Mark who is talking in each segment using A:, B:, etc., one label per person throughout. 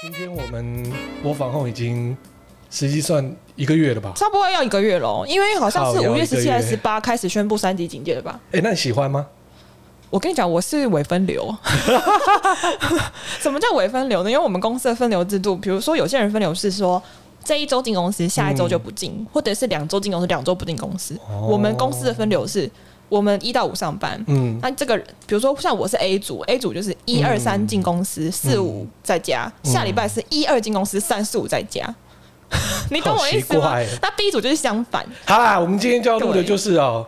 A: 今天我们我访后已经实际算一个月了吧？
B: 差不多要一个月喽，因为好像是
A: 好要一个
B: 五月
A: 月
B: 十七还是十八开始宣布三级警戒的吧？
A: 哎、那你喜欢吗？
B: 我跟你讲，我是尾分流。 什么叫尾分流呢？因为我们公司的分流制度，比如说有些人分流是说。这一周进公司，下一周就不进，或者是两周进公司，两周不进公司。
A: 嗯哦
B: 我们公司的分流是，我们一到五上班，
A: 嗯，
B: 那这个人比如说像我是 A 组，A 组就是一
A: 嗯
B: 二三进公司，四五在家，
A: 嗯
B: 下礼拜是一二进公司，三四五在家。 你懂
A: 好
B: 我意思吗
A: 奇怪？
B: 那 B 组就是相反，
A: 好啦，我们今天就要录的
B: 对
A: 就是哦，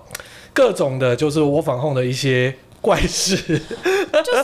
A: 各种的，就是我访后的一些怪事。
B: 就是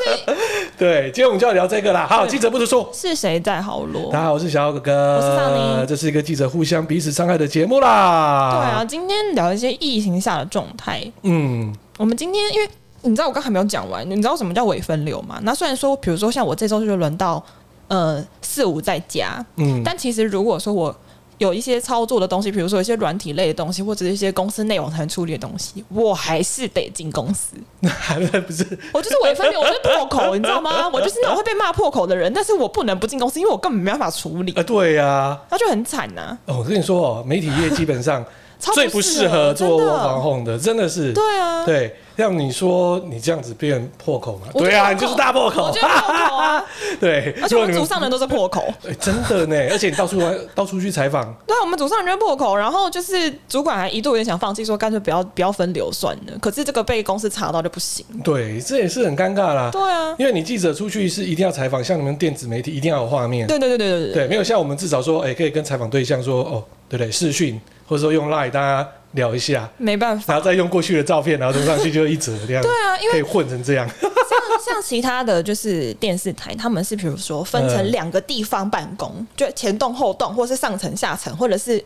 A: 对，今天我们就要聊这个啦。好，
B: 对
A: 记者不是说。
B: 是谁在好罗？
A: 大家好，我是小奥哥哥，
B: 我是尚宁
A: 这是一个记者互相彼此伤害的节目啦。
B: 对啊，，今天聊一些疫情下的状态。
A: 嗯，
B: 我们今天因为你知道我刚才没有讲完，你知道什么叫尾分流吗？那虽然说，比如说像我这周就轮到呃四五在家，
A: 嗯，
B: 但其实如果说我有一些操作的东西，比如说一些软体类的东西，或者是一些公司内网才能处理的东西，我还是得进公司。
A: 那 不是
B: 我就是违分流，我是破口，你知道吗？我就是那种会被骂破口的人，但是我不能不进公司，因为我根本没办法处理
A: 啊，，对呀、
B: 那就很惨呐、
A: 哦我跟你说哦，媒体业基本上
B: 超
A: 最不适合做
B: 真
A: 我防
B: 的，
A: 控的，真的是。
B: 对啊，
A: 对，让你说你这样子变破口嘛？
B: 我就
A: 对啊，
B: 破口
A: 你就是大破
B: 我
A: 口
B: 觉。得破口 啊，
A: 对，
B: 而且
A: 如果
B: 我们
A: 你
B: 组
A: 们
B: 上人都是破口。
A: 哎真的呢，而且你到处 玩到处去采访，
B: 对啊，我们组上人就破口，然后就是主管还一度有点想放弃，说干脆不要不要分流算了。可是这个被公司查到就不行。
A: 对，这也是很尴尬啦。
B: 对啊，
A: 因为你记者出去是一定要采访，像你们电子媒体一定要有画面。
B: 对对对对对对，
A: 对，没有像我们至少说，哎，可以跟采访对象说，哦，对不对？视讯或者说用 Line 大家聊一下，
B: 没办法。
A: 然后再用过去的照片，然后登上去就一折这样。
B: 啊对啊，因
A: 可
B: 为
A: 以混成这 样。
B: 像像其他的就是电视台，他们是比如说分成两个地方办公，就前栋后栋，或是上层下层，或者是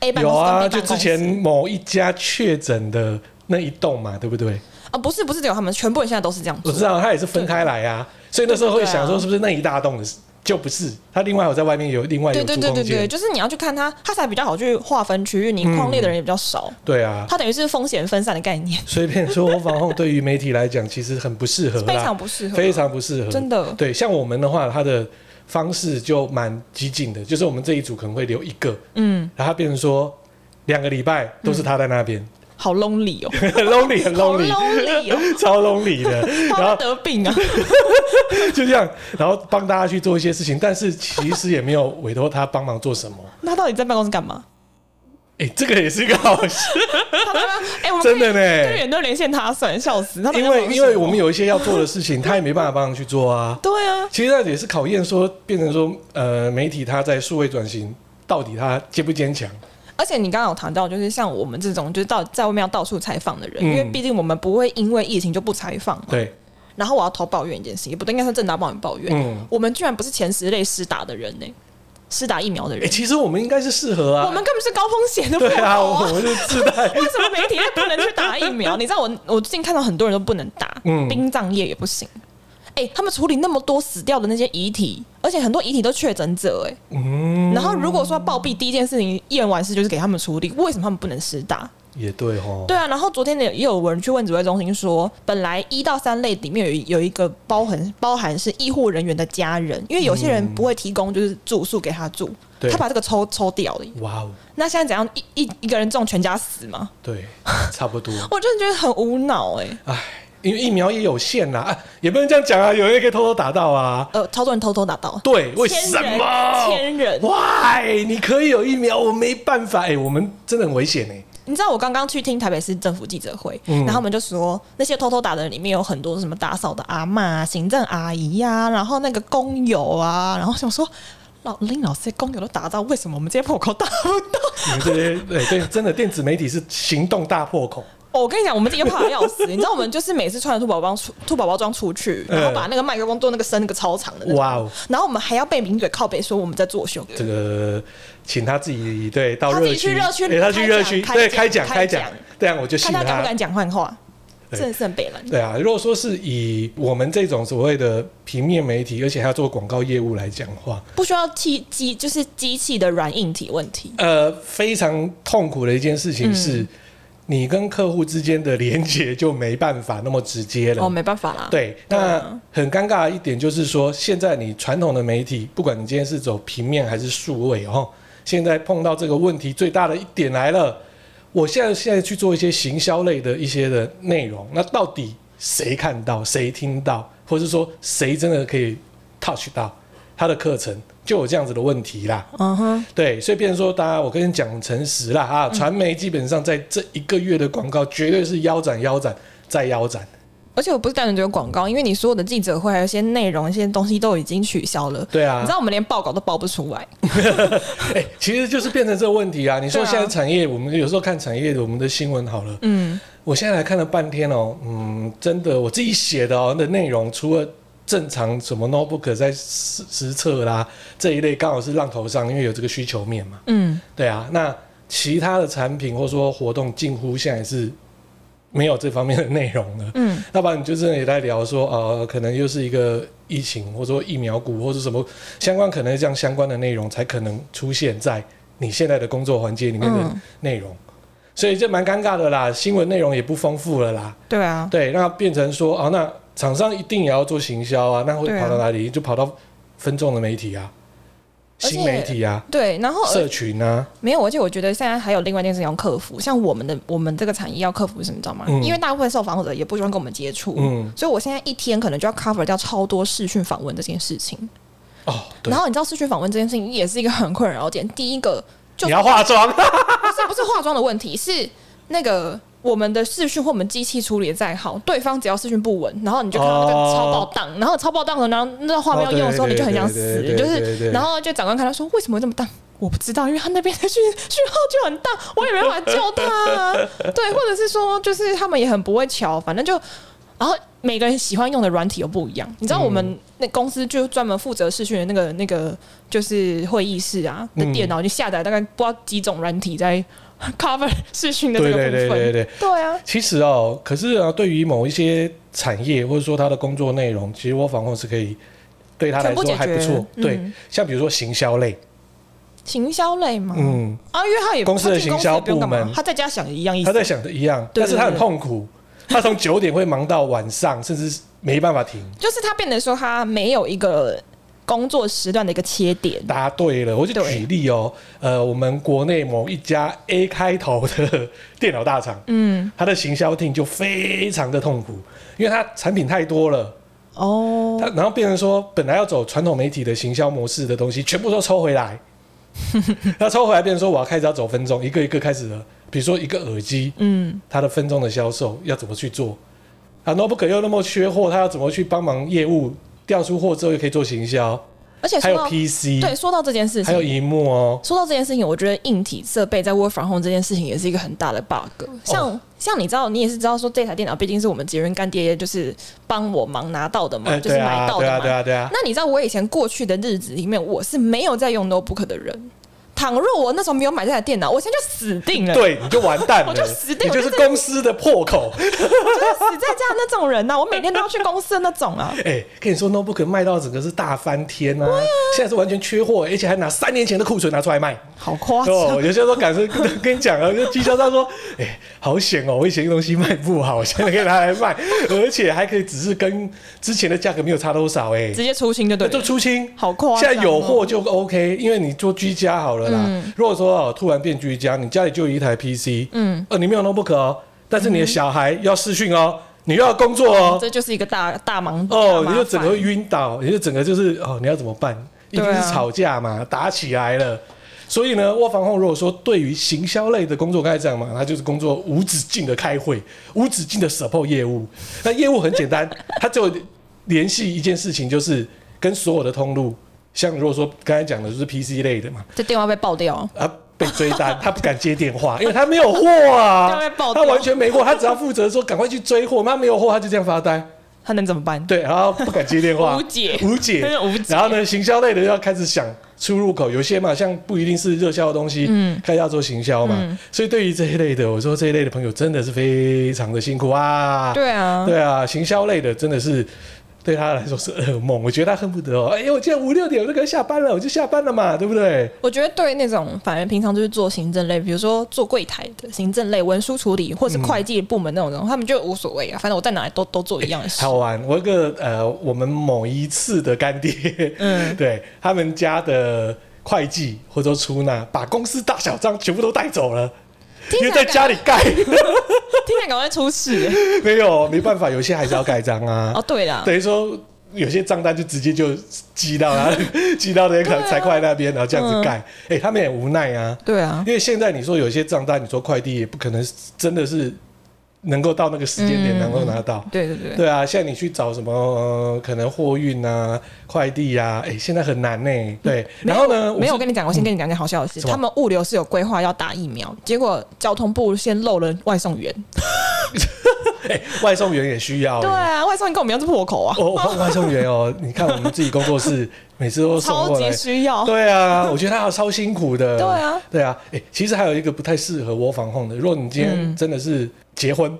B: A 办
A: 有
B: 公室
A: 啊，
B: 跟 B
A: 就
B: 办
A: 之
B: 公
A: 前
B: 室。
A: 某一家确诊的那一栋嘛，对不对？
B: 啊，不是不是只有他们，全部人现在都是这样
A: 我
B: 做。
A: 知道它也是分开来啊，所以那时候会想
B: 对
A: 说，
B: 啊
A: 是不是那一大栋的就不是？它另外有在外面有另外有
B: 对
A: 租
B: 对对
A: 空
B: 对对，
A: 间，
B: 就是你要去看它，它才比较好去划分区域，你框列的人也比较少，
A: 对啊。
B: 它等于是风险分散的概念，
A: 随便说，我防控对于媒体来讲其实很不适合啦，
B: 非常不适合，
A: 非常不适合，
B: 真的。
A: 对，像我们的话，它的方式就蛮激进的，就是我们这一组可能会留一个，
B: 嗯，
A: 然后它变成说两个礼拜都是他在那边、
B: 好 lonely 哦，
A: 很 lonely，很
B: 好
A: lonely，
B: lonely 哦，
A: 超 lonely 的， 然
B: 他
A: 后
B: 得病 啊，
A: 就这样，然后帮大家去做一些事情，但是其实也没有委托他帮忙做什么。
B: 那他到底在办公室干嘛？
A: 哎、这个也是一个好事，
B: 他在办哎，我 们
A: 真的
B: 跟
A: 呢。
B: 远都连线他算，笑死，他到底
A: 因
B: 在
A: 为
B: 忙
A: 因为
B: 什么
A: 我们有一些要做的事情，他也没办法帮忙去做啊。
B: 对啊，
A: 其实那也是考验说，变成说，呃，媒体它在数位转型到底它坚不坚强？
B: 而且你刚刚有谈到，就是像我们这种就是到在外面要到处采访的
A: 嗯
B: 人，因为毕竟我们不会因为疫情就不采访嘛。
A: 对，
B: 然后我要投抱怨一件事情，不对，应该是正大帮你抱怨。
A: 嗯，
B: 我们居然不是前十类施打的人呢、施打疫苗的
A: 哎、
B: 人，
A: 其实我们应该是适合啊。
B: 我们根本是高风险的朋
A: 对
B: 友
A: 啊，我
B: 啊。
A: 们是自 带
B: 为什么媒体业不能去打疫苗？你知道我，我最近看到很多人都不能打，
A: 嗯
B: 殡葬业也不行。哎、他们处理那么多死掉的那些遗体，而且很多遗体都确诊者、哎、
A: 嗯，
B: 然后如果说暴毙第一件事情验完尸就是给他们处理，为什么他们不能施打？
A: 也对哦。
B: 对啊，然后昨天也也有人去问指挥中心说，本来一到三类里面有一有一个包含包含是医护人员的家人，因为有些人不会提供就是住宿给他住，
A: 对
B: 他把这个抽抽掉了。
A: 哇哦，
B: 那现在怎样一一一个人中全家死吗？
A: 对，差不多。
B: 我真的觉得很无脑哎、
A: 唉，因为疫苗也有限啦，啊，也不能这样讲啊，有人也可以偷偷打到啊。
B: 呃，超多人偷偷打到，
A: 对，为
B: 千
A: 什
B: 人
A: 么
B: 千人，
A: ？Why？你可以有疫苗，我没办法。哎、我们真的很危险哎、
B: 你知道我刚刚去听台北市政府记者会，
A: 嗯
B: 然后他们就说那些偷偷打的人里面有很多什么打扫的阿嬷、啊、行政阿姨呀、然后那个工友啊，然后想说老林老师工友都打到，为什么我们这些破口打不到？
A: 你们这些，对对，真的电子媒体是行动大破口。
B: 哦我跟你讲，我们自己怕的要死，你知道我们就是每次穿着兔宝宝出 兔宝宝装出去，
A: 嗯
B: 然后把那个麦克风做那个声那个超长的那种，
A: 哇哦，
B: 然后我们还要被名嘴靠北说我们在作秀。
A: 这个请他自己对到
B: 他自
A: 热
B: 己去
A: 区，
B: 热区
A: 对他去热
B: 开
A: 区，
B: 讲
A: 对
B: 开
A: 开
B: 讲
A: 讲
B: 开
A: 开
B: 讲
A: 讲，对啊，我就
B: 看
A: 信
B: 他敢
A: 他。
B: 不敢讲幻话，
A: 对
B: 真的是很北蓝。
A: 对啊，如果说是以我们这种所谓的平面媒体，而且还要做广告业务来讲话，
B: 不需要机机就是机器的软硬体问题。嗯
A: 呃，非常痛苦的一件事情是，你跟客户之间的连接就没办法那么直接了。
B: 哦，没办法啦。，
A: 对，那很尴尬的一点就是说，现在你传统的媒体，不管你今天是走平面还是数位哦，现在碰到这个问题最大的一点来了。我现在现在去做一些行销类的一些的内容，那到底谁看到、谁听到，或是说谁真的可以 touch 到他的课程，就有这样子的问题啦。
B: 嗯哼，
A: 对，所以变成说，大家我跟你讲诚实啦啊，传媒基本上在这一个月的广告绝对是腰斩、腰斩再腰斩。
B: 而且我不是单纯觉得广告，因为你所有的记者会还有一些内容、一些东西都已经取消了。
A: 对啊
B: 你知道我们连报稿都报不出来，
A: 哎、其实就是变成这个问题啊！你说
B: 对啊
A: 现在产业，我们有时候看产业的我们的新闻好了，
B: 嗯，
A: 我现在来看了半天哦，嗯，真的我自己写的哦的内容，除了正常什么 notebook 在实实测啦这一类，刚好是浪头上，因为有这个需求面嘛，
B: 嗯，
A: 对啊，那其他的产品或者说活动，近乎现在是没有这方面的内容了。
B: 嗯，
A: 要不然你就真的也在聊说，呃，可能又是一个疫情，或者说疫苗股，或者什么相关，可能这样相关的内容才可能出现在你现在的工作环节里面的
B: 嗯
A: 内容，所以这蛮尴尬的啦，新闻内容也不丰富了啦。
B: 对啊，
A: 对，那变成说啊，那厂商一定也要做行销啊，那会
B: 对啊
A: 跑到哪里？就跑到分众的媒体啊，
B: 而且
A: 新媒体啊，
B: 对，然后呃
A: 社群啊，
B: 没有，而且我觉得现在还有另外一件事情要克服，像我们的我们这个产业要克服是什么，你知道吗？
A: 嗯
B: 因为大部分受访者也不喜欢跟我们接触，
A: 嗯
B: 所以我现在一天可能就要 cover 掉超多视讯访问这件事情。
A: 哦，对
B: 然，后你知道视讯访问这件事情也是一个很困扰的点，第一个就
A: 你要化妆，
B: 不是不是化妆的问题，是那个我们的视讯或我们机器处理的再好，对方只要视讯不稳，然后你就看到那个
A: 哦
B: 超爆荡，然后超爆荡的，然后那画面要用的时候，
A: 哦对
B: 你就很想
A: 对
B: 死
A: 对，对
B: 就
A: 对对
B: 是
A: 对
B: 然后就长官看他说为什么会这么荡。我不知道，因为他那边的讯讯号就很荡，我也没办法救他、啊。对，或者是说，就是他们也很不会瞧，反正就，然后每个人喜欢用的软体又不一样。你知道，我
A: 嗯
B: 们那公司就专门负责视讯的那个那个就是会议室啊的
A: 嗯
B: 电脑，就下载大概不知道几种软体在 cover 视讯的这
A: 对
B: 个部
A: 对
B: 分。
A: 对对对。
B: 对啊，
A: 其实哦，可是啊，对于某一些产业或者说他的工作内容，其实我访问是可以对他来
B: 全部解
A: 说还不
B: 决
A: 错。
B: 嗯
A: 对，像比如说行销类，
B: 行销类嘛，
A: 嗯，
B: 啊，因为他也
A: 公司的
B: 他进公
A: 行销
B: 也不用干嘛
A: 部门
B: 他在家想一样意思。
A: 他在想的一样，
B: 对
A: 但是他很
B: 对对
A: 痛苦，他从九点会忙到晚上，甚至没办法停。
B: 就是他变得说他没有一个工作时段的一个切点。
A: 答对了，我就
B: 对
A: 举例哦，呃，我们国内某一 家 A 开头的电脑大厂，
B: 嗯，
A: 它的行销 team 就非常的痛苦，因为它产品太多了，
B: 哦，
A: 它然后变成说本来要走传统媒体的行销模式的东西，全部都抽回 来，那抽回来变成说我要开始要走分众，一个一个开始了，比如说一个耳机，
B: 嗯，
A: 它的分众的销售要怎么去做？啊，notebook 又那么缺货，它要怎么去帮忙业务调出货之后又可以做行销？
B: 而且
A: 还
B: 说
A: 有
B: 到
A: PC，
B: 对，说到这件事情，
A: 还有荧幕哦。
B: 说到这件事情，我觉得硬体设备在 work from home 这件事情也是一个很大的 bug。像、
A: 嗯哦
B: 像你知道，你也是知道说这台电脑毕竟是我们杰伦干爹就是帮我忙拿到的嘛，
A: 哎，
B: 就
A: 对
B: 是
A: 啊，
B: 买到
A: 对
B: 的嘛。
A: 啊，对啊，对啊。
B: 那你知道我以前过去的日子里面，我是没有在用 notebook 的人。倘若我那时候没有买这台电脑，我现在就死定了，
A: 对，你就完蛋了，
B: 我就死
A: 你
B: 定了
A: 就是公司的破口。
B: 我 就是死在家的那种人呐、我每天都要去公司的那种啊。
A: 哎、跟你说，notebook 卖到整个是大翻天啊！现在是完全缺货，而且还拿三年前的库存拿出来卖。
B: 好夸张！
A: 哦，有些时候感受跟跟你讲啊，就经销商说，哎、好险哦，我以前东西卖不好，现在可以拿来卖，而且还可以只是跟之前的价格没有差多少、哎，
B: 直接出清就对
A: 那
B: 了
A: 就，出清。
B: 好夸张哦！
A: 现在有货就 OK，因为你做居家好了啦。
B: 嗯
A: 如果说哦，突然变居家，你家里就有一台 PC，嗯，呃，你没有 notebook 哦，但是你
B: 嗯
A: 的小孩要视讯哦，你又要工作哦，
B: 这就是一个大大忙
A: 哦
B: 大麻，烦
A: 你就整个会晕倒，你就整个就是哦，你要怎么办？一定
B: 对啊
A: 是吵架嘛，打起来了。所以呢，卧房后如果说对于行销类的工作，刚才讲嘛，它就是工作无止境的开会，无止境的 support 业务。那业务很简 单，它只有联系一件事情，就是跟所有的通路，像如果说刚才讲的就是 PC 类的嘛，
B: 这电话被爆掉。
A: 啊，被追 单，他不敢接电话，因为他没有货啊
B: 他会爆，掉
A: 他完全没货，他只要负责说赶快去追货，他没有货他就这样发呆。
B: 他能怎么办？
A: 对，然后不敢接电话，
B: 无解
A: 无解
B: 真的 无解
A: 然后呢，行销类的要开始想出入口，有些嘛，像不一定是热销的东西，嗯，开始要做行销嘛。
B: 嗯
A: 所以对于这一类的，我说这一类的朋友真的是非常的辛苦啊。
B: 对啊，
A: 对啊，行销类的真的是对他来说是噩梦。我觉得他恨不得哦，哎、我今天五六点我就该下班了，我就下班了嘛，对不对？
B: 我觉得对那种反正平常就是做行政类，比如说做柜台的行政类、文书处理或是会计部门那种人，他们就无所谓啊，反正我在哪里都都做一样的事。
A: 好玩。我有一个呃，我们某一次的干爹，
B: 嗯
A: 对他们家的会计或者说出纳，把公司大小章全部都带走了，
B: 听
A: 因
B: 起
A: 为
B: 来
A: 在家里盖，
B: 感 听起来赶快出事欸。
A: 没有没办法，有些还是要盖章啊。
B: 哦，对啦，
A: 等于说有些账单就直接就寄到 他寄到那
B: 啊
A: 个财会那边，然后这样子盖。
B: 嗯
A: 哎、他们也无奈啊，
B: 对啊，
A: 因为现在你说有些账单，你说快递也不可能真的是能够到那个时间点
B: 嗯
A: 能够拿到。
B: 对对对，
A: 对啊，现在你去找什么、呃可能货运啊、快递啊，哎、现在很难呢、对，然后呢，
B: 没有我
A: 跟
B: 跟你讲，我先跟你讲件好笑的事，
A: 什么
B: 他们物流是有规划要打疫苗，结果交通部先漏了外送员。
A: 哎外送员也需要、
B: 对
A: 欸。
B: 啊，外送员跟我们一样是破口啊，
A: 哦，外外送员 哦，你看我们自己工作室每次都送
B: 超
A: 过来
B: 级，需要。
A: 对啊，我觉得他超辛苦的。
B: 对啊，
A: 对啊，哎、其实还有一个不太适合我防控的，如果你今天
B: 嗯
A: 真的是结婚、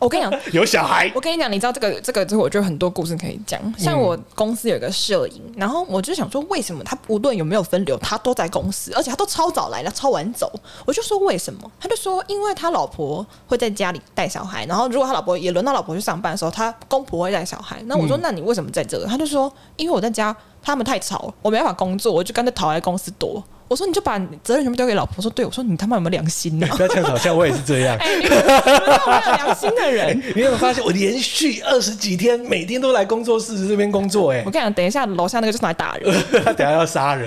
B: 我跟你讲，
A: 有小 孩，
B: 我跟你讲，你知道这个这个之后，我觉得很多故事可以讲。像我公司有一个摄影，然后我就想说，为什么他无论有没有分流，他都在公司，而且他都超早来，他超晚走。我就说为什么？他就说，因为他老婆会在家里带小孩，然后如果他老婆也轮到老婆去上班的时候，他公婆会带小孩。那我说，
A: 嗯
B: 那你为什么在这个？他就说，因为我在家，他们太吵了，我没办法工作，我就干脆逃来公司躲。我说你就把你责任全部丢给老婆。我说对，我说你他妈有没有良心 呢、啊？
A: 不要这样子，好像我也是这样。
B: 哎、你们都没有良心的人。
A: 你有没有发现我连续二十几天每天都来工作室这边工作、欸？
B: 我跟你讲，等一下楼下那个就是拿来 打人。
A: 他等下要杀人。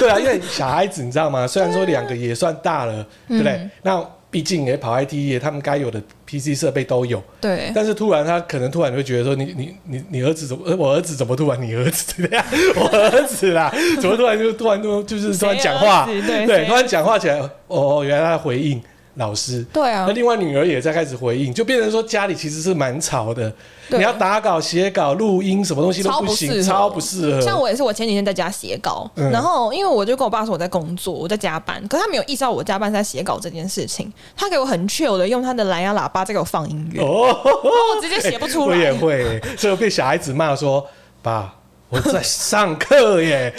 A: 对啊，因为小孩子你知道吗？虽然说两个也算大了，对不对？那毕竟也跑 IT 业，他们该有的 PC 设备都有。
B: 对，
A: 但是突然他可能突然会觉得说，你你你你儿子怎么，呃我儿子怎么突然你儿子这样？ 我儿子啦，怎么突然就突然就就是突然讲话，
B: 谁儿子对谁
A: 突然讲话起来，哦，原来他回应老师。
B: 对啊
A: 那，另外女儿也在开始回应，就变成说家里其实是蛮吵的，
B: 对
A: 你要打稿、写稿、录音，什么东西都
B: 超不
A: 行，
B: 适合
A: 超不适合。
B: 像我也是，我前几天在家写稿，
A: 嗯
B: 然后因为我就跟我爸说我在工作，我在加班，可是他没有意识到我加班是在写稿这件事情，他给我很 chill 的用他的蓝牙喇叭在给我放音乐，
A: 哦，
B: 然后我直接写不出
A: 我也
B: 来。
A: 会、所以我被小孩子骂说：“爸，我在上课 耶。”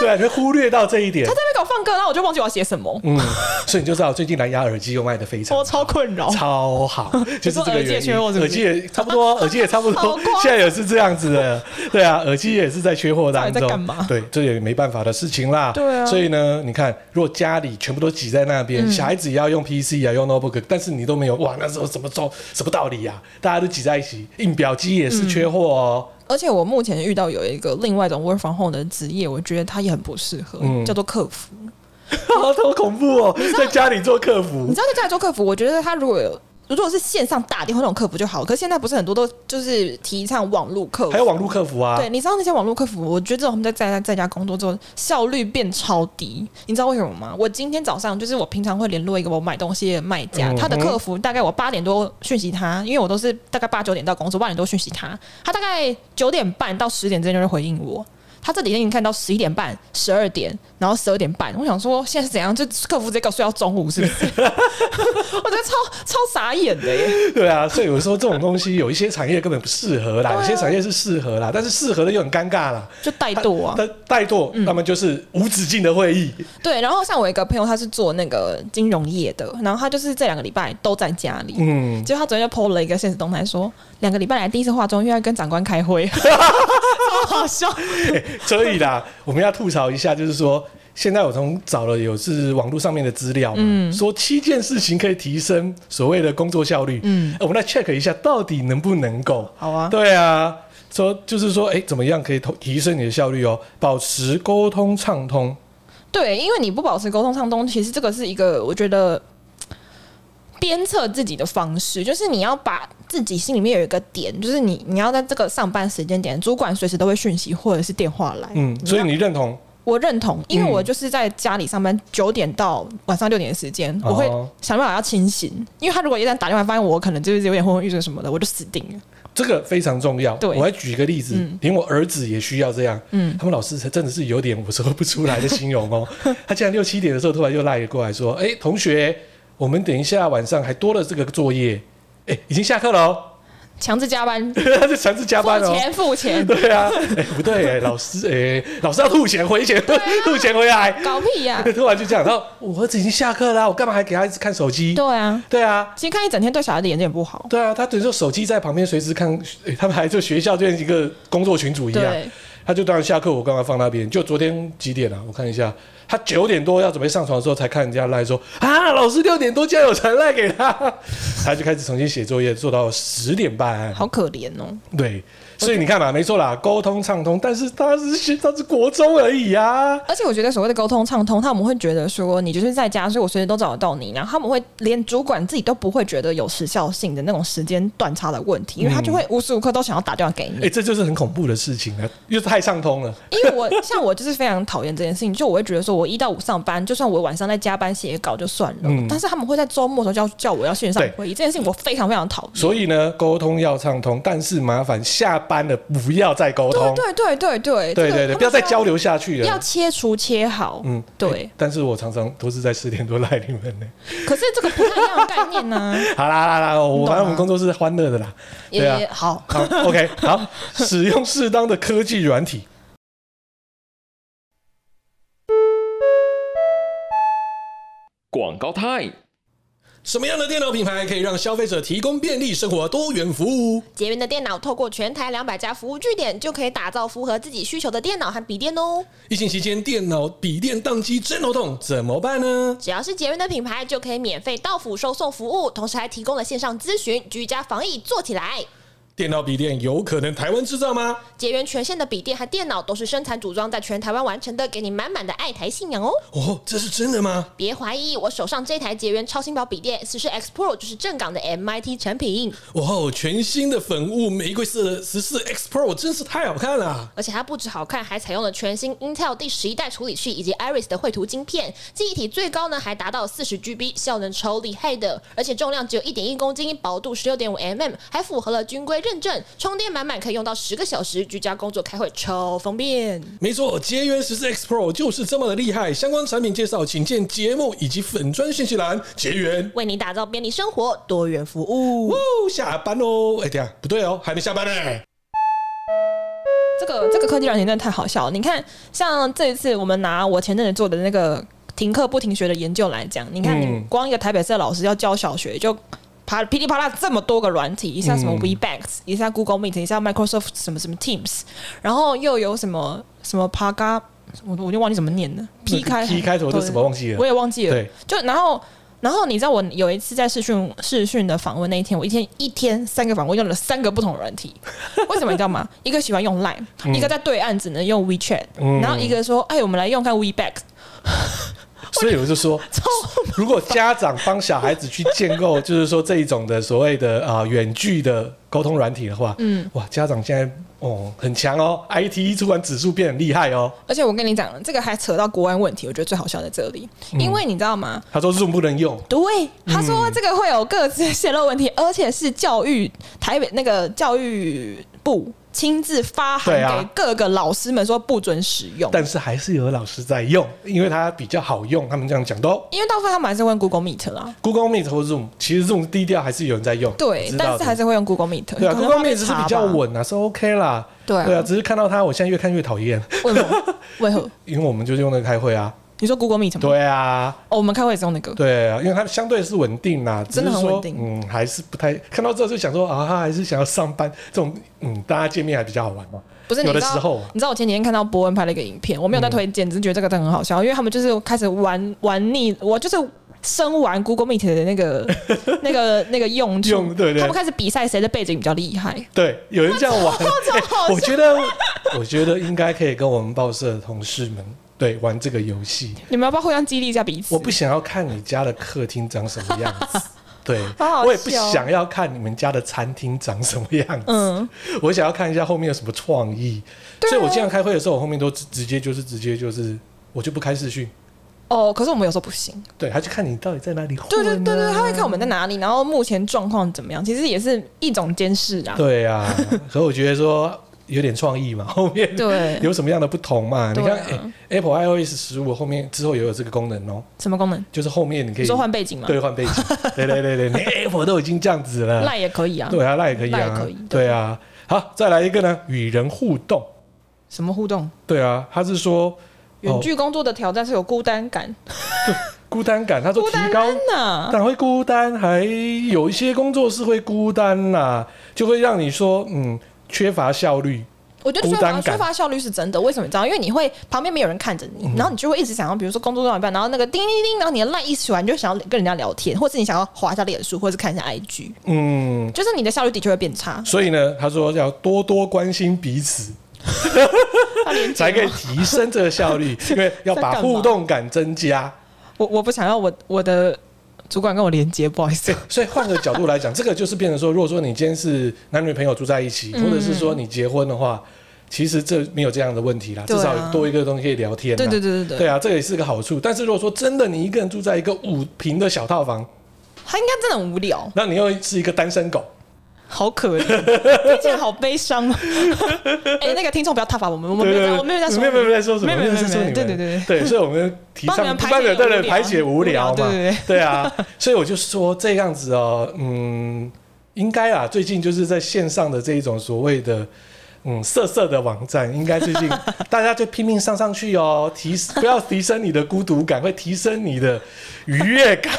A: 对啊，对，就忽略到这一点
B: 他。在那边给我放歌，然后我就忘记我要写什么，
A: 嗯，所以你就知道最近蓝牙耳机又卖的非常
B: 我超困扰。
A: 超好，就是这个原
B: 你说耳机也缺货
A: 因。
B: 是
A: 耳
B: 不是
A: 机也差不 多，耳机也差不
B: 好
A: 多
B: 夸，
A: 现在也是这样子的。对啊，耳机也是在缺货当
B: 到底在干
A: 中
B: 嘛。
A: 对，这也没办法的事情啦。
B: 对啊嗯
A: 所以呢，你看，如果家里全部都挤在那边，小孩子也要用 PC 啊，用 notebook，但是你都没有，哇，那时候怎么做什么道理呀？大家都挤在一起，印表机也
B: 嗯
A: 是缺货哦。
B: 而且我目前遇到有一个另外一种 work from home 的职业，我觉得他也很不适合，
A: 嗯
B: 叫做客服。
A: 好恐怖哦，在家里做客服
B: 你知道在家里做客服，我觉得他如果有如果是线上打电话那种客服就好，可是现在不是很多都就是提倡网络客服，
A: 还有网络客服啊
B: 对，。你知道那些网络客服，我觉得这种他们在在在家工作之后效率变超低，你知道为什么吗？我今天早上就是我平常会联络一个我买东西的卖家，
A: 嗯
B: 他的客服大概我八点多讯息他，因为我都是大概八九点到公司，八点多讯息他，他大概九点半到十点之间就会回应我。他这几天已经看到十一点半、十二点，然后十二点半，我想说现在是怎样？就客服直接给我睡到中午是 不是？我觉得超超傻眼的耶！
A: 对啊，所以有时候这种东西有一些产业根本不适合
B: 啊
A: 啦，有些产业是适合啦，但是适合的又很尴尬啦。
B: 就怠惰啊，
A: 但怠惰，那么就是无止境的会 议。
B: 对，然后像我一个朋友，他是做那个金融业的，然后他就是这两个礼拜都在家里。
A: 嗯，
B: 结果他昨天就 PO 了一个现实动态说，两个礼拜来第一次化妆，又要跟长官开 会，超好笑。
A: 所以啦，我们要吐槽一下，就是说，现在我从找了有是网络上面的资料嘛，
B: 嗯
A: 说七件事情可以提升所谓的工作效率。嗯，我们来 check 一下，到底能不能够？
B: 好啊
A: 对啊，说就是说，哎、怎么样可以提提升你的效率哦？保持沟通畅通，
B: 对，因为你不保持沟通畅通，其实这个是一个我觉得鞭策自己的方式，就是你要把自己心里面有一个点，就是你你要在这个上班时间点，主管随时都会讯息或者是电话来。
A: 嗯，所以
B: 要
A: 你认同？
B: 我认同，因为
A: 嗯
B: 我就是在家里上班，九点到晚上六点的时间，
A: 哦
B: 我会想办法要清醒。因为他如果一旦打电话发现我可能就是有点昏昏欲睡什么的，我就死定了。
A: 这个非常重要。
B: 对
A: 我来举一个例子，
B: 嗯
A: 连我儿子也需要这样。
B: 嗯
A: 他们老师才真的是有点我说不出来的形容哦。 他竟然六七点的时候突然又赖过来说：“哎、同学，我们等一下晚上还多了这个作业，哎、已经下课了哦。”
C: 强制加班，
A: 他是强制加班
C: 付
A: 哦。
C: 钱付钱，
A: 对啊，哎、不对、哎，老师，哎、老师要吐钱回钱，
B: 啊
A: 吐钱回来，
C: 搞屁呀、
A: 突然就这样。然后我儿子已经下课啦、我干嘛还给他一直看手机？
C: 对啊，
A: 对啊，
C: 其实看一整天对小孩的眼睛也不好。
A: 对啊，他等于说手机在旁边随时看， 哎他们还就学校就像一个工作群组一样。
C: 对，
A: 他就当然下课我刚刚放那边，就昨天几点啊？我看一下，他九点多要准备上床的时候，才看人家赖说啊，老师六点多竟然有传赖给他， 他就开始重新写作业，做到十点半。
C: 好可怜哦。
A: 对，所以你看嘛，没错啦，沟通畅通，但是他是学他是国中而已啊。
C: 而且我觉得所谓的沟通畅通，他们会觉得说你就是在家，所以我随时都找得到你，然后他们会连主管自己都不会觉得有时效性的那种时间断差的问题，因为他就会无时无刻都想要打电话给你
A: 哎、。这就是很恐怖的事情啊，又太畅通了。
C: 因为我像我就是非常讨厌这件事情，就我会觉得说我一到五上班，就算我晚上在加班写稿就算了，
A: 嗯
C: 但是他们会在周末的时候叫叫我要线上
A: 对
C: 会议，这件事情我非常非常讨厌。
A: 所以呢，沟通要畅通，但是麻烦下班了不要再沟通。
C: 对对对
A: 对
C: 对
A: 对
C: 这个
A: 不要再
C: 他们说
A: 交流下去
C: 要
A: 了。
C: 切除切好，嗯，对
A: 欸。但是我常常都是在十点多赖你们呢、
C: 可是这个不太一样的概念呢、
A: 好啦啦啦，我
C: 你懂吗
A: 反正我们工作是欢乐的 啦。对啊
C: 也好。
A: 好，OK，好，使用适当的科技软体。
D: 广告 time。
A: 什么样的电脑品牌可以让消费者提供便利生活多元服务？
B: 捷云的电脑透过全台两百家服务据点，就可以打造符合自己需求的电脑和笔电哦。
A: 疫情期间电脑笔电宕机真头痛，怎么办呢？
B: 只要是捷云的品牌，就可以免费到府收送服务，同时还提供了线上咨询，居家防疫做起来。
A: 电脑笔电有可能台湾制造吗？
B: 捷源全线的笔电和电脑都是生产组装在全台湾完成的，给你满满的爱台信仰哦！
A: 哦，这是真的吗？
B: 别怀疑，我手上这台捷源超轻薄笔电四十 X Pro 就是正港的 MIT 产品，
A: 哦，全新的粉雾玫瑰色的十四 X Pro 真是太好看了。
B: 而且它不止好看，还采用了全新 Intel 第十一代处理器以及 Iris 的绘图晶片，记忆体最高呢还达到四十 GB，效能超厉害的，而且重量只有一点一公斤，薄度十六点五 mm，还符合了军规认证，充电满满可以用到十个小时，居家工作开会超方便。
A: 没错，捷源十四 X Pro 就是这么的厉害。相关产品介绍，请见节目以及粉专信息栏。捷源，
B: 为你打造便利生活，多元服务。
A: 哦，下班喽！哎，等一下不对哦，还没下班呢、
C: 这个这个科技软件真的太好笑了。你看，像这一次我们拿我前阵子做的那个停课不停学的研究来讲，你看，
A: 嗯
C: 你光一个台北市的老师要教小学就。啪噼里啪啦这么多个软体，一下什么
A: 嗯
C: WeBanks，、一下 Google Meet，一下 Microsoft 什么什么 Teams，然后又有什么什么 Paga，我我就忘记怎么念了，P 开
A: P 开头的
C: 对
A: 什么忘记了
C: 我？也忘记了
A: 对。
C: 就然后，然后你知道我有一次在视讯视讯的访问那一天，我一天一天三个访问用了三个不同的 软体，为什么你知道吗？一个喜欢用 Line，、一个在对岸只能用 WeChat，、
A: 嗯
C: 然后一个说：“哎，我们来用看 WeBack。
A: 所以我就 说，如果家长帮小孩子去建 构，就是说这一种的所谓的啊远距的沟通软体的话，嗯，哇，家长现在哦很强哦，IT 突然指数变很厉害哦。”
C: 而且我跟你讲，这个还扯到国安问题，我觉得最好笑在这里，
A: 嗯
C: 因为你知道吗？
A: 他说 Zoom 不能用，
C: 对，他
A: 嗯
C: 说这个会有各自泄露问题，而且是教育台北那个教育部亲自发函
A: 对啊
C: 给各个老师们说不准使用。
A: 但是还是有老师在用，因为它比较好用，他们这样讲的哦。
C: 因为大部分他们还是会用 Google Meet 啦，
A: Google Meet 或 Zoom，其实 Zoom 低调还是有人在用，我
C: 对
A: 知，道
C: 但
A: 的
C: 是还是会用 Google Meet。
A: 对啊
C: 可能
A: ，Google
C: 会
A: Meet 是比较稳啊，是 OK 啦。
C: 对啊
A: 对啊，只是看到它，我现在越看越讨厌，
C: 查吧。为什么？为何？
A: 因为我们就是用那个开会啊。
C: 你说 Google Meet 吗？
A: 对啊，
C: 哦，我们开会也是用那个。
A: 对啊，因为它相对是稳定啦，只
C: 真的
A: 是
C: 很
A: 说
C: 稳定
A: 嗯，还是不太看到之后就想说啊，还是想要上班这种，嗯，大家见面还比较好玩嘛。
C: 不是，你
A: 有的
C: 知道
A: 时候啊嗯
C: 你知道我前几天看到伯恩拍了一个影片，我没有在推荐，只是觉得这个真的很好笑，因为他们就是开始玩玩腻，我就是。生玩 Google Meet 的 那个、那个、那个用处，
A: 用对对
C: 他们开始比赛谁的背景比较厉害。
A: 对，有人这样玩，
C: 超好
A: 欸我觉得，我觉得应该可以跟我们报社的同事们对玩这个游戏。
C: 你们要不要互相激励一下彼此？
A: 我不想要看你家的客厅长什么样 子，对
C: 好好，
A: 我也不
C: 笑哦
A: 想要看你们家的餐厅长什么样子，
C: 嗯
A: 我想要看一下后面有什么创意。
C: 对啊
A: 所以我经常开会的时候，我后面都直直接就是直接就是，我就不开视讯，
C: 哦，可是我们有时候不行。
A: 对，他就看你到底在哪里混、啊。
C: 对对对对，他会看我
A: 嗯
C: 们在哪里，然后目前状况怎么样，其实也是一种监视啊。
A: 对啊，可我觉得说有点创意嘛，后面
C: 对
A: 有什么样的不同嘛？你
C: 对
A: 看、
C: 啊
A: 哎 Apple iOS 十五后面之后也有这个功能哦，
C: 什么功能？
A: 就是后面你可
C: 你
A: 以
C: 说换背景吗？
A: 对换背景，对对对对， 连 Apple 都已经这样子了，
C: 赖也可以啊。
A: 对啊，那也可以
C: 赖也
A: 啊，
C: 可以对
A: 对啊。好，再来一个呢，与人互动，
C: 什么互动？
A: 对啊，他是说
C: 远距工作的挑战是有孤单感，
A: 哦孤单感，他说
C: 孤
A: 提
C: 单
A: 高
C: 呐、
A: 但会孤单，还有一些工作是会孤单呐、就会让你说，嗯，缺乏效率。
C: 我觉得缺
A: 孤单
C: 乏
A: 感
C: 缺乏效率是真的。为什么你知道？因为你会旁边没有人看着你，然后你就会一直想要，比如说工作到一半，然后那个叮叮叮，然后你的赖一起完，你就想要跟人家聊天，或是你想要滑一下脸书，或是看一下 IG，
A: 嗯，。
C: 就是你的效率的确会变差
A: 所以呢，他说要多多关心彼此，
C: 那连 接
A: 才可以
C: 吗
A: 提升这个效 率，因为要把互动感增加。
C: 我我不想要我我的主管跟我连接，不好意思
A: 对。，所以换个角度来讲，这个就是变成说，如果说你今天是男女朋友住在一起，
C: 嗯
A: 或者是说你结婚的话，其实这没有这样的问题啦，
C: 对
A: 至
C: 啊
A: 少多一个东西可以聊天啦。
C: 对对对对
A: 对，啊，这也是个好处。但是如果说真的你一个人住在一个五平的小套房，
C: 他应该真的很无聊，
A: 那你又是一个单身狗。
C: 好可 怜，听起来好悲伤啊。哎，那个听众不要挞伐我们，我们没有在，我没有在说
A: 没
C: 你，
A: 有没有在说什么，
C: 没有没有
A: 在说
C: 没
A: 你
C: 有
A: 们
C: 对 对对
A: 对，所以我们提
C: 帮你
A: 倡
C: 们排
A: 帮你们
C: 解
A: 对对
C: 无聊
A: 排解无聊嘛，
C: 对对对
A: 啊，所以我就说这样子哦，嗯，应该啊，最近就是在线上的这一种所谓的。嗯，色色的网站应该最 近大家就拼命上上去哦，提不要提升你的孤独感，会提升你的愉悦感。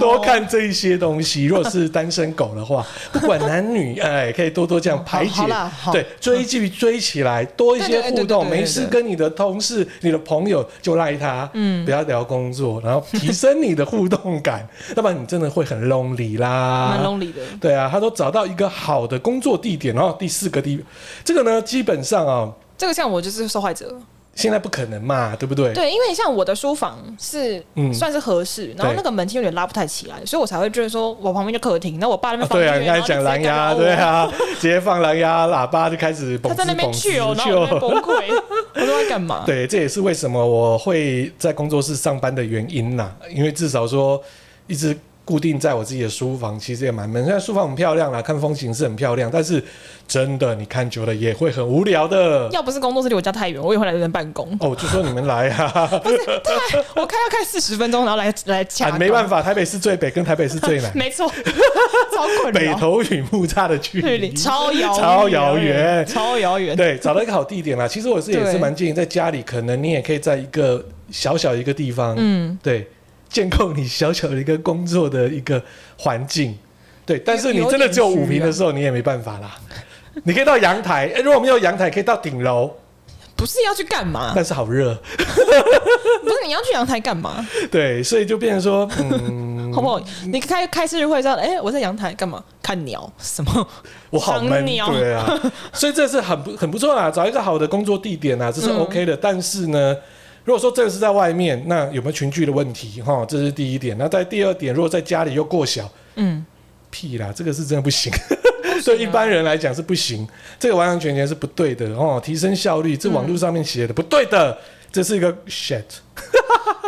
A: 多看这一些东西，如果是单身狗的话，不管男女，哎，可以多多这样排解
C: 哦好啦，好
A: 对，追剧追起来，多一些
C: 对对对
A: 互动，
C: 对对对
A: 没事跟你的同事、你的朋友就赖他，嗯，不要聊工作，然后提升你的互动感，要不然你真的会很 lonely 啦，
C: 蛮 lonely 的。
A: 对啊，他说找到一个好的工作地点，然后第四个地，这个呢，基本上啊、
C: 这个像我就是受害者，
A: 现在不可能嘛，对不对？
C: 对，因为像我的书房是、
A: 嗯
C: 算是合适，然后
A: 对
C: 那个门厅有点拉不太起来，所以我才会觉得说我旁边就客厅，那我爸那边
A: 啊
C: 放音
A: 对啊，
C: 乐，
A: 你刚
C: 然
A: 才讲蓝
C: 后就直接干扰
A: 牙，
C: 我
A: 对，啊，直接放蓝牙喇叭就开始
C: 他
A: 蹦
C: 在那
A: 滋
C: 边
A: 蹦
C: 去哦，
A: 滋
C: 然后我在那边
A: 就。
C: 崩溃， 我说在干嘛？
A: 对，这也是为什么我会在工作室上班的原因啦，因为至少说一直固定在我自己的书房，其实也蛮闷。虽然书房很漂亮啦，看风景是很漂亮，但是真的你看久了也会很无聊的。
C: 要不是工作室离我家太远，我也会来这边办公。
A: 哦，我就说你们来啊，
C: 我开要开四十分钟，然后来来掐、
A: 啊没办，法，台北市最北跟台北市最
C: ，
A: 南
C: 没错，超困
A: 北
C: 扰，
A: 头与木栅的距
C: 距
A: 离
C: 离超遥
A: 超遥远
C: 超遥 远。
A: 对，找到一个好地点啦。其实我是也
C: 对
A: 是蛮建议，在家里可能你也可以在一个小小一个地方，
C: 嗯，
A: 对，建构你小小的一个工作的一个环境，对。但是你真的只有五平的时候，你也没办法啦。你可以到阳台，哎诶如果没有阳台，可以到顶楼，
C: 不是要去干嘛？
A: 但是好热，
C: 不是你要去阳台干嘛？
A: 对，所以就变成说，嗯，
C: 好不好？你开开生日会上，哎、我在阳台干嘛？看鸟什么？
A: 我好闷，
C: 赏鸟
A: 对 啊，所以这是很不很不错啦，找一个好的工作地点啊，这是 OK 的。但是呢，如果说真的是在外面，那有没有群聚的问题？哈，这是第一点。那在第二点，如果在家里又过小，
C: 嗯，
A: 屁啦，这个是真的不行。啊对一般人来讲是不行，这个完完全全是不对的哦。提升效率，这网络上面写的、不对的，这是一个 shit。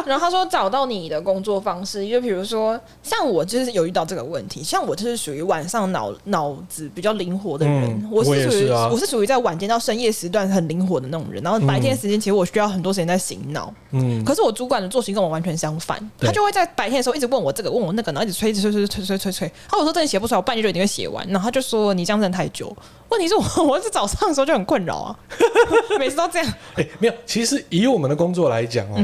C: 然后他说找到你的工作方式，就比如说像我就是有遇到这个问题，像我就是属于晚上脑脑子比较灵活的人，
A: 嗯
C: 我
A: 我也
C: 是属于
A: 是啊
C: 我是属于在晚间到深夜时段很灵活的那种人，然后白天时间其实我需要很多时间在醒脑，
A: 嗯，
C: 可是我主管的作息跟我完全相反，
A: 对
C: 他就会在白天的时候一直问我这个问我那个，然后一直催，一直催，催，催，催，催，催。啊，我说真的写不出来，我半夜就一定会写完。然后他就说你这样真的太久。问题是我 我是早上的时候就很困扰啊， 每次都这样。
A: 哎、没有，其实以我们的工作来讲哦，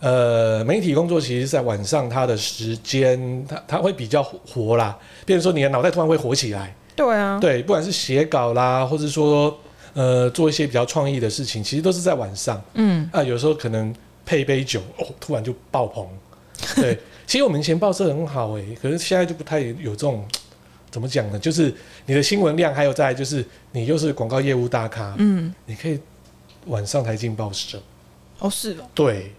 A: 呃，媒体工作其实在晚上，它的时间它它会比较活啦，变成说你的脑袋突然会活起来，
C: 对啊，
A: 对，不管是写稿啦，或者说呃做一些比较创意的事情，其实都是在晚上。
C: 嗯，
A: 啊，有时候可能配一杯酒，哦，突然就爆 棚。对，其实我们以前报社很好哎、可是现在就不太有这种，怎么讲呢？就是你的新闻量，还有再来就是你又是广告业务大咖，嗯，你可以晚上才进报社。
C: 哦是哦，
A: 对，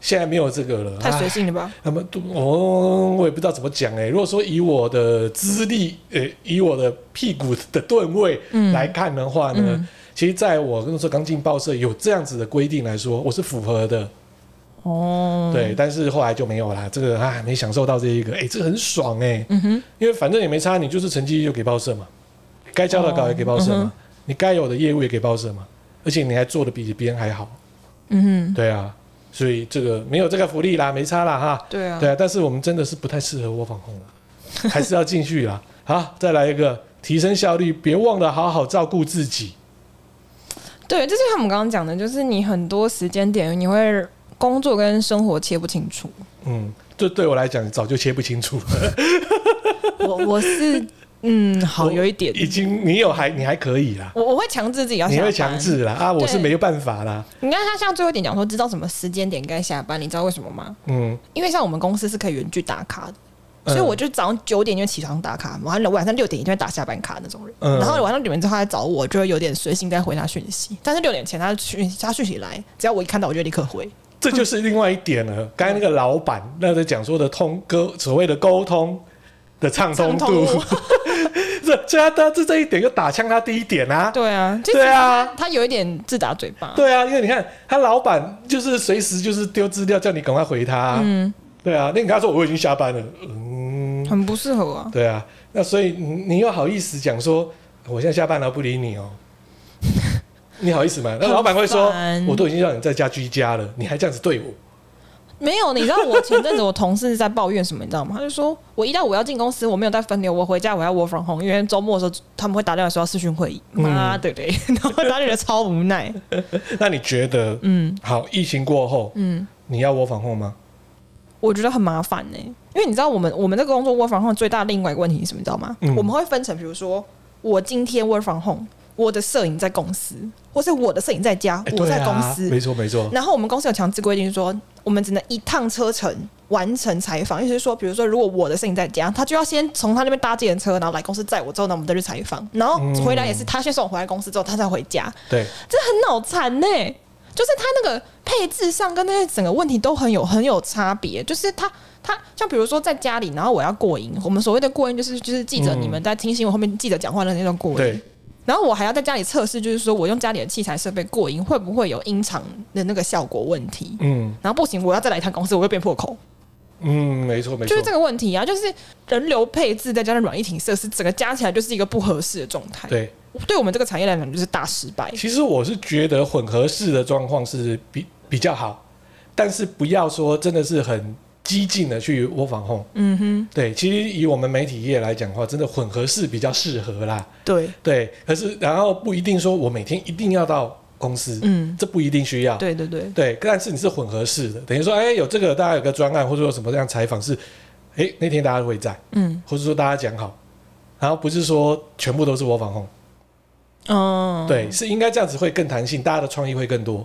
A: 现在没有这个了，
C: 太随
A: 唉
C: 性了吧？
A: 那么，哦，我也不知道怎么讲哎、如果说以我的资历，呃、以我的屁股的吨位
C: 嗯
A: 来看的话呢，其实在我那时候刚进报社有这样子的规定来说，我是符合的。
C: 哦，
A: 对，但是后来就没有啦。这个啊，没享受到这一个，哎、这个很欸
C: 哦
A: 爽哎、嗯哼，因为反正也没差，你就是成绩就给报社嘛，该交的稿也给报社嘛。你该有的业务也给报社嘛，而且你还做的比别人还好，
C: 嗯哼，
A: 对啊，所以这个没有这个福利啦，没差啦哈。
C: 对啊，
A: 对啊，但是我们真的是不太适合窝房控 啦，还是要进去啦。好，再来一个，提升效率，别忘了好好照顾自己。
C: 对，这就像我们刚刚讲的，就是你很多时间点你会工作跟生活切不清楚。
A: 嗯，这对我来讲早就切不清楚 了。
C: 我我是嗯，好
A: 我
C: 有一点，
A: 已经你有还你还可以啦，
C: 我我会强制自己要下
A: 你
C: 班。
A: 会强。制啦啊，我是
C: 对
A: 没有办法啦。
C: 你看他像最后一点讲说，知道什么时间点该下班，你知道为什么吗？
A: 嗯，
C: 因为像我们公司是可以远距打卡的。
A: 嗯
C: 所以我就早上九点就起床打卡，晚上晚上六点一定会打下班卡那种人。
A: 嗯
C: 然后晚上九点之后他来找我，就会有点随性在回他讯息。但是六点前他讯他讯息来，只要我一看到我就立刻回。
A: 这就是另外一点 了。刚才那个老板那在讲说的通沟所谓的沟通的畅通
C: 畅通
A: 度
C: 路，
A: 这这他这这一点就打枪他第一点啊。
C: 对啊，就
A: 对啊
C: 其实他他有一点自打嘴巴。
A: 对啊，因为你看他老板就是随时就是丢资料叫你赶快回他、嗯，对啊，那你跟他说我已经下班了，嗯，
C: 很不适合啊。
A: 对啊，那所以你你又好意思讲说我现在下班了不理你哦、 你好意思吗？那老板会说
C: 很烦
A: 我都已经让你在家居家了，你还这样子对我，
C: 没有，你知道我前阵子我同事在抱怨什么，你知道吗？他就说我一到五要进公司，我没有带分流，我回家我要 work from home，因为周末的时候他们会打电话说要视讯会议，
A: 嗯
C: 妈的嘞， 然后他就觉得超无奈。
A: 那你觉得
C: 嗯
A: 好？疫情过后，
C: 嗯，
A: 你要我防控吗？
C: 我觉得很麻烦呢、因为你知道我们我们这个工作 work from home 最大的另外一个问题是什么，你知道吗？
A: 嗯
C: 我们会分成，比如说我今天 work from home，我的摄影在公司，或是我的摄影在家，
A: 哎
C: 我
A: 对
C: 在公
A: 啊
C: 司，
A: 没错没错，
C: 然后我们公司有强制规定说，我们只能一趟车程完成采访，意思是说，比如说如果我的摄影在家，他就要先从他那边搭计程车，然后来公司载我之后呢，我们再去采访，然后回来也
A: 嗯
C: 是他先送我回来公司之后，他才回家，
A: 对，
C: 这很脑残呢。就是他那个配置上跟那些整个问题都很有很有差别，就是他他像比如说在家里，然后我要过音，我们所谓的过音就是就是记者
A: 嗯
C: 你们在听新闻后面记者讲话的那种过
A: 对
C: 音，然后我还要在家里测试，就是说我用家里的器材设备过音会不会有音场的那个效果问题？
A: 嗯
C: 然后不行，我要再来一趟公司，我又变破口，
A: 嗯，没错没
C: 就
A: 错
C: 是，这个问题啊，就是人流配置再加上软硬体设施，整个加起来就是一个不合适的状态。，
A: 对。
C: 对我们这个产业来讲就是大失败。
A: 其实我是觉得混合式的状况是比比较好，但是不要说真的是很激进的去窝防控。
C: 嗯哼，
A: 对，其实以我们媒体业来讲的话，真的混合式比较适合啦。
C: 对，
A: 对，可是然后不一定说我每天一定要到公司，
C: 嗯，
A: 这不一定需要。
C: 对对对，
A: 对，但是你是混合式的，等于说，哎，有这个大家有个专案，或者说什么样采访是，哎，那天大家会在，
C: 嗯
A: 或者说大家讲好，然后不是说全部都是我防控，
C: 嗯，
A: 对，是应该这样子会更弹性，大家的创意会更 多。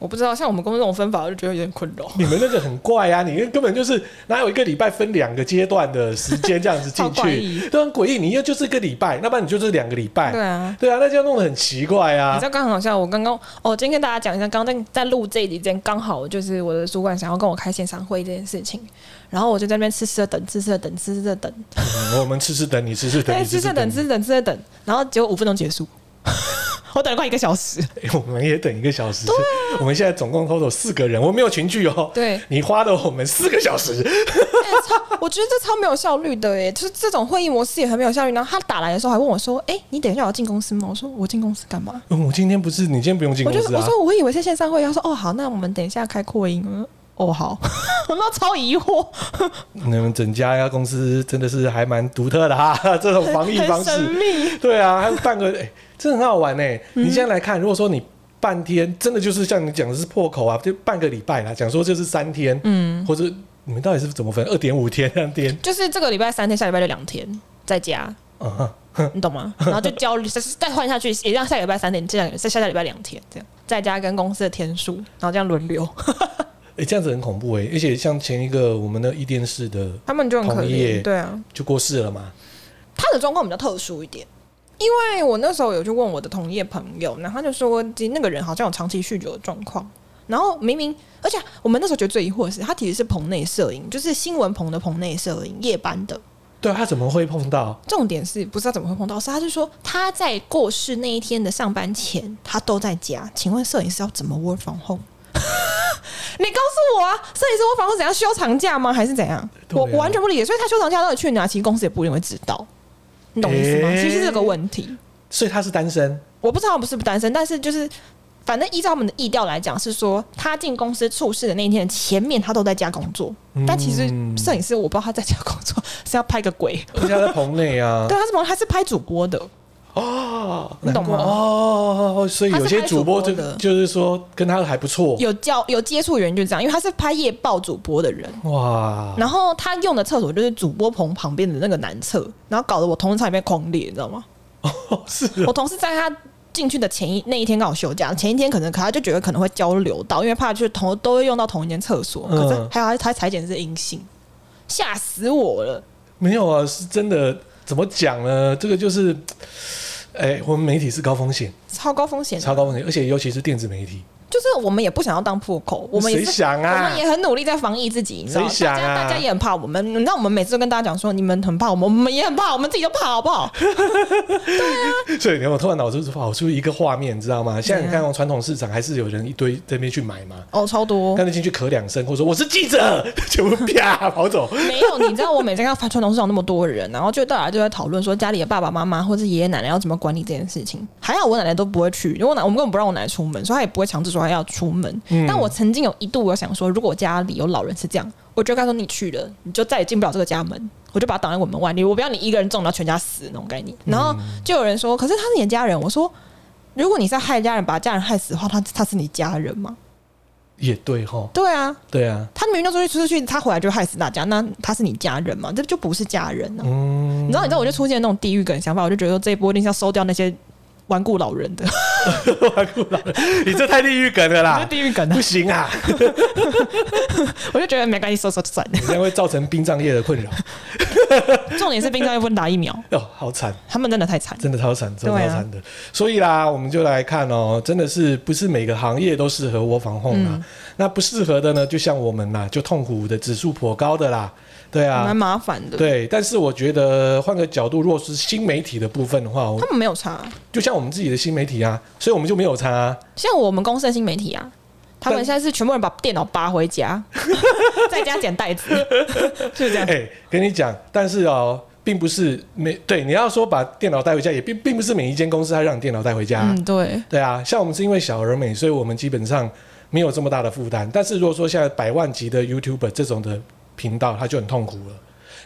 C: 我不知道，像我们公司这种分法，我就觉得有点困扰。
A: 你们那个很怪啊，你那根本就是哪有一个礼拜分两个阶段的时间这样子进
C: 超诡
A: 去，
C: 异
A: 都很诡异。你又就是一个礼拜，那不然你就是两个礼拜，
C: 对啊。
A: 对啊，那这样弄得很奇怪
C: 你
A: 啊
C: 知。道刚刚好像我刚刚哦，今天跟大家讲一下，刚刚在在录这一集之前，刚好就是我的主管想要跟我开线上会这件事情，然后我就在那边痴痴的等，痴痴的等，痴痴的等，
A: 嗯我们吃吃等你，吃吃等
C: 对，
A: 你，
C: 痴痴地等，
A: 你
C: 痴痴地等，痴痴地等，然后结果五分钟结束， 我等了快一个 小时。
A: 哎我们也等一个小时。我们现在总共 total 四个人，我没有群聚哦。
C: 啊对
A: 你花了我们四个小时。
C: 哎超，我觉得这超没有效率的耶，就是这种会议模式也很没有效率。然后他打来的时候还问我说：“哎、你等一下我要进公司吗？”我说：“我进公司干嘛？”
A: 嗯我今天不是，你今天不用进
C: 我
A: 公
C: 就
A: 司
C: 我
A: 啊。
C: 说我以为是线上会议，他说哦好，那我们等一下开扩音。我说哦好， 我那超疑 惑，
A: 你们整家公司真的是还蛮独特的哈， 这种防疫方
C: 很
A: 式。
C: 神秘。
A: 对啊，还有半个，哎、这很好玩哎、
C: 嗯
A: 你现在来看，如果说你半天，真的就是像你讲的是破口啊，就半个礼拜啦，讲说就是三天，嗯，或者你们到底是怎么分？二点五天、两天，
C: 就是这个礼拜三天，下礼拜就两天在家，
A: 啊、
C: 你懂吗？然后就交再再换下去，也让下礼拜三天，这样再下下礼拜两天这样。在家跟公司的天数，然后这样轮流，
A: 哎、这样子很恐怖哎、而且像前一个我们的一电视的
C: 他们就很可
A: 同业
C: 怜。对啊，
A: 就过世了嘛，
C: 他的状况比较特殊一点，因为我那时候有去问我的同业朋友，然后他就说，其实那个人好像有长期酗酒的状况。然后明明，而且我们那时候觉得最疑惑的是，他其实是棚内摄影，就是新闻棚的棚内摄影，夜班的。
A: 对啊，他怎么会碰到？
C: 重点是不知道怎么会碰到，是他是说他在过世那一天的上班前，他都在家。请问摄影师要怎么 work from home？你告诉我啊，摄影师 work from home 怎样休长假吗？还是怎样？
A: 对啊
C: 我我完全不理解。所以他休长假到底去哪？其实公司也不一定会知道，你懂意思吗？
A: 诶
C: 其实是这个问题。
A: 所以他是单身，
C: 我不知道他们是不是单身，但是就是反正依照他们的意调来讲，是说他进公司处事的那一天前面他都在家工作，但其实摄影师我不知道他在家工作是要拍个鬼，
A: 而且他在棚内啊
C: 对，，他是朋友他是拍主播的，
A: 哦，
C: 你懂吗
A: 难怪哦，所以有些主播就
C: 他是拍主播的
A: 就是说跟他还不错，
C: 有交有接触的人就这样，因为他是拍夜报主播的
A: 哦
C: 人。
A: 哇，
C: 然后他用的厕所就是主播棚旁边的那个男厕，然后搞得我同事差点被狂裂，你知道吗？
A: 是哦
C: 我同事在他进去的前一那一天刚好休假，前一天可能可他就觉得可能会交流到，因为怕就是同都会用到同一间厕所，
A: 嗯
C: 可是还有他他裁剪是阴性，吓死我了！
A: 没有啊，是真的，怎么讲呢？这个就是，哎，我们媒体是高风险，
C: 超高风险的，
A: 超高风险，而且尤其是电子媒体，
C: 就是我们也不想要当破口，我们也
A: 谁
C: 是
A: 想
C: 我
A: 啊
C: 们？也很努力在防疫自己，你知道吗，
A: 谁想
C: 大家
A: 啊
C: 大家也很怕我们，你知道我们每次都跟大家讲说，你们很怕我们，我们也很怕，我们自己都怕，好不好？
A: 所以，我突然脑子跑出一个画面，你知道吗？现在你看
C: 怎
A: 哦，传统市场还是有人一堆在那边去买嘛，
C: 哦，超多，
A: 干脆进去咳两声，或者说我是记者， 全部啪跑走。
C: 没有，你知道我每天看传统市场那么多人，啊然后就大家就在讨论说家里的爸爸妈妈或是爷爷奶奶要怎么管理这件事情。还好我奶奶都不会去，因为我奶我们根本不让我奶奶出门，所以她也不会强制说她要出门。但我曾经有一度我想说，如果我家里有老人是这样，我就跟她说你去了，你就再也进不了这个家门。我就把它挡在我门外，你我不要你一个人中，然后全家死那种概念。然后就有人说，可是他是你的家人。我说，如果你是要害家人，把家人害死的话，他他是你家人吗？
A: 也对哈，
C: 对啊，
A: 对啊，
C: 他明明就出去出去，他回来就害死大家，那他是你家人嘛？这就不是家人啊！
A: 嗯
C: 你，知道，你知道，我就出现那种地狱梗想法，我就觉得说这一波一定是要收掉那些顽固老人的，
A: 你这太地狱梗了
C: 这
A: 啦，
C: 地狱梗啊
A: 不！行啊，
C: 我就觉得没关系，收收就算了。
A: 这样会造成殡葬业的困扰。
C: 重点是冰山又不能打疫苗，
A: 哦，好惨，
C: 他们真的太惨。
A: 真的超惨，真的
C: 对
A: 超
C: 啊
A: 惨的。所以啦，我们就来看哦，真的是不是每个行业都适合窝房控啦？
C: 嗯
A: 那不适合的呢，就像我们啦，就痛苦的指数颇高的啦，对啊，
C: 蛮麻烦的，
A: 对，但是我觉得换个角度，如果是新媒体的部分的话，我
C: 他们没有差。
A: 就像我们自己的新媒体啊，所以我们就没有差、啊。
C: 像我们公司的新媒体啊，他们
A: 但
C: 现在是全部人把电脑拔回家，在家捡袋子，就是这样
A: 哎、。跟你讲，但是哦，并不是每对你要说把电脑带回家，也并并不是每一间公司它让你电脑带回家啊、
C: 嗯，对，
A: 对啊，像我们是因为小而美，所以我们基本上没有这么大的负担。但是如果说现在百万级的 YouTuber 这种的频道，他就很痛苦了，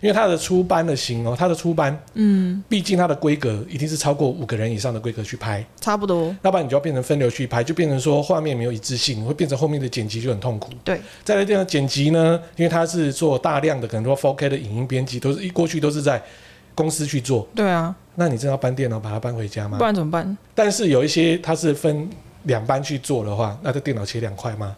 A: 因为他的出班的型哦，他的出班，嗯，毕竟他的规格一定是超过五个人以上的规格去拍，
C: 差不多。
A: 要不然你就要变成分流去拍，就变成说画面没有一致性，会变成后面的剪辑就很痛苦。
C: 对，
A: 再来这样剪辑呢，因为他是做大量的可能说 4K 的影音编辑，都是一过去都是在公司去做，
C: 对啊，
A: 那你真的要搬电脑把它搬回家吗
C: 不？然怎么办？
A: 但是有一些它是分两班去做的话，那这电脑切两块吗？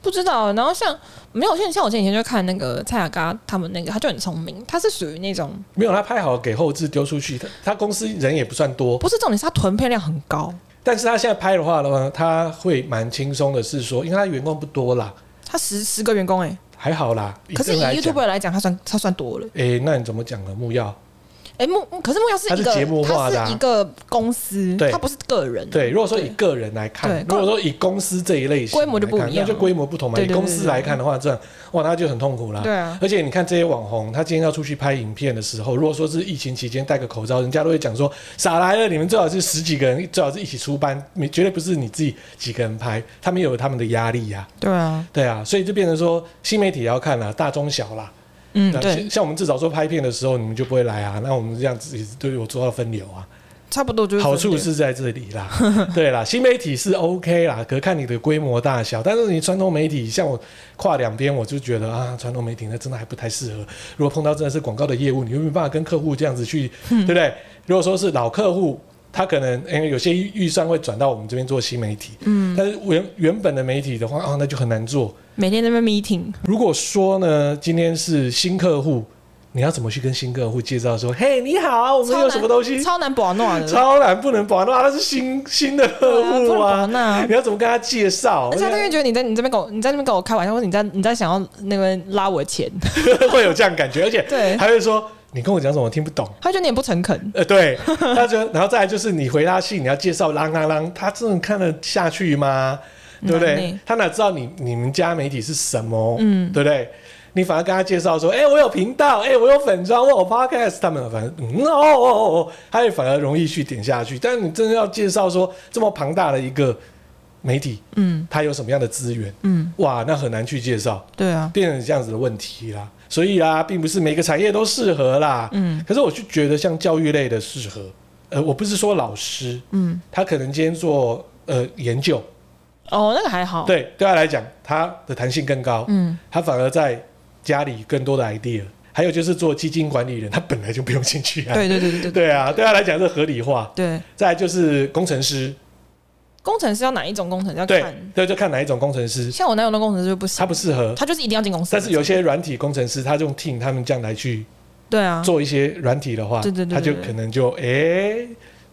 C: 不知道。然后像没有像像我前几天就看那个蔡雅嘎他们那个，他就很聪明，他是属于那种
A: 没有，他拍好给后置丢出去，他他公司人也不算多，
C: 不是重点是他囤配量很高，
A: 但是他现在拍的话呢，他会蛮轻松的，是说因为他员工不多啦，
C: 他十十个员工哎、
A: 还好啦。
C: 可是以
A: 这个来讲
C: YouTube 来讲，他算他算多了
A: 诶，那你怎么讲呢？木曜
C: 哎、木可是木曜是一
A: 他
C: 个
A: 是节目化的啊
C: 他是一个公司
A: 对，
C: 他不是个人
A: 对，如果说以
C: 对
A: 个人来看
C: 对，
A: 如果说以公司这一类型
C: 规模就不一样
A: 来看那就规模不同嘛。
C: 对
A: 以
C: 对对
A: 公司来看的话，这样哇，那就很痛苦啦。
C: 对啊
A: 而且你看这些网红，他今天要出去拍影片的时候，如果说是疫情期间戴个口罩，人家都会讲说傻来了，你们最好是十几个人，最好是一起出班，你绝对不是你自己几个人拍，他们有他们的压力呀、
C: 对啊，
A: 对啊，所以就变成说新媒体也要看啦，大中小啦。
C: 嗯
A: 啊像
C: 对，
A: 像我们至少说拍片的时候，你们就不会来啊，那我们这样子也是对我做到分流啊。
C: 差不多就是
A: 好处
C: 分
A: 是在这里啦，对啦，新媒体是 OK 啦，可看你的规模大小。但是你传统媒体，像我跨两边，我就觉得啊，传统媒体那真的还不太适合。如果碰到真的是广告的业务，你又没办法跟客户这样子去，
C: 嗯
A: 对不对？如果说是老客户，他可能因为有些预算会转到我们这边做新媒体，嗯，但是原原本的媒体的话，啊，那就很难做。
C: 每天在那边 meeting，
A: 如果说呢，今天是新客户，你要怎么去跟新客户介绍说，嘿，你好，啊我们有什么东西？
C: 超难保暖的，
A: 超难不能保那他是新新的客
C: 对啊不
A: 户
C: 能保
A: 啊，
C: 暖
A: 你要怎么跟他介绍？
C: 而且他那边觉得你在你这边跟我你在那边跟我开玩笑，或者你在你在想要那个拉我钱，
A: 会有这样感觉，而且
C: 对
A: 还会说你跟我讲什么我听不懂。
C: 他觉得你很不诚恳，
A: 呃，对，他觉得，然后再来就是你回他信，你要介绍啷啷啷，他真的看得下去吗？对不对
C: 难欸？
A: 他哪知道你你们家媒体是什么？嗯，对不对？你反而跟他介绍说，哎、我有频道，哎、我有粉砖，我有 podcast，他们反而嗯哦哦哦哦，他也反而容易去点下去。但你真的要介绍说这么庞大的一个媒体，
C: 嗯
A: 它有什么样的资源，
C: 嗯，
A: 哇，那很难去介绍，
C: 对啊，
A: 变成这样子的问题啦。所以啦，并不是每个产业都适合啦。
C: 嗯
A: 可是我就觉得像教育类的适合，呃，我不是说老师，
C: 嗯，
A: 他可能今天做呃研究，
C: 哦，那个还好，，
A: 对，对他来讲，他的弹性更高，
C: 嗯，
A: 他反而在家里更多的 idea。还有就是做基金管理人，他本来就不用进去啊。
C: 对对对对对
A: 对啊，对他来讲是合理化。
C: 对，
A: 再来就是工程师，
C: 工程师要哪一种工程要
A: 对
C: 看，
A: 对，就看哪一种工程师，
C: 像我男友的工程师就不行，
A: 他不适合。
C: 他就是一定要进公司，
A: 但是有些软体工程师，他用 team 他们这样来去
C: 对啊，
A: 做一些软体的话，
C: 对对对
A: 他就
C: 对对
A: 可能就诶，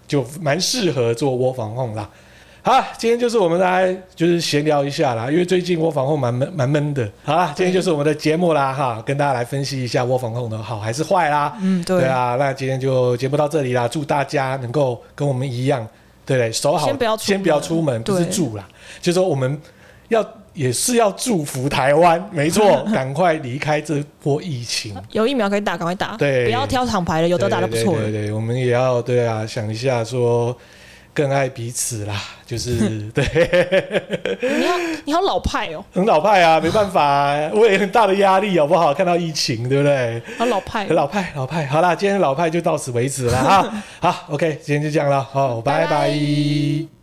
A: 就蛮适合做窝防控啦。好，今天就是我们大家就是闲聊一下啦，因为最近窝防控蛮闷蛮闷的。好啦，今天就是我们的节目啦哈，跟大家来分析一下窝防控的好还是坏啦。
C: 嗯对
A: 啊，那今天就节目到这里啦，祝大家能够跟我们一样，对不对？守好，
C: 先不要出门
A: 先不要出门，不是
C: 对
A: 住啦，就说我们要也是要祝福台湾，没 错，赶快离开这波疫情。
C: 有疫苗可以打，赶快打，
A: 对
C: 不要挑厂牌的，有的打的不
A: 对
C: 错
A: 对
C: 了，
A: 对对，我们也要对啊，想一下说更爱彼此啦，就是 对，
C: 你好你好老派哦，
A: 很老派啊，没办法、 我也很大的压力，好不好？看到疫情，对不对？
C: 好老派哦，
A: 老派，老派，好啦，今天老派就到此为止了啊。好，OK，今天就这样了，好，拜拜。
B: 拜拜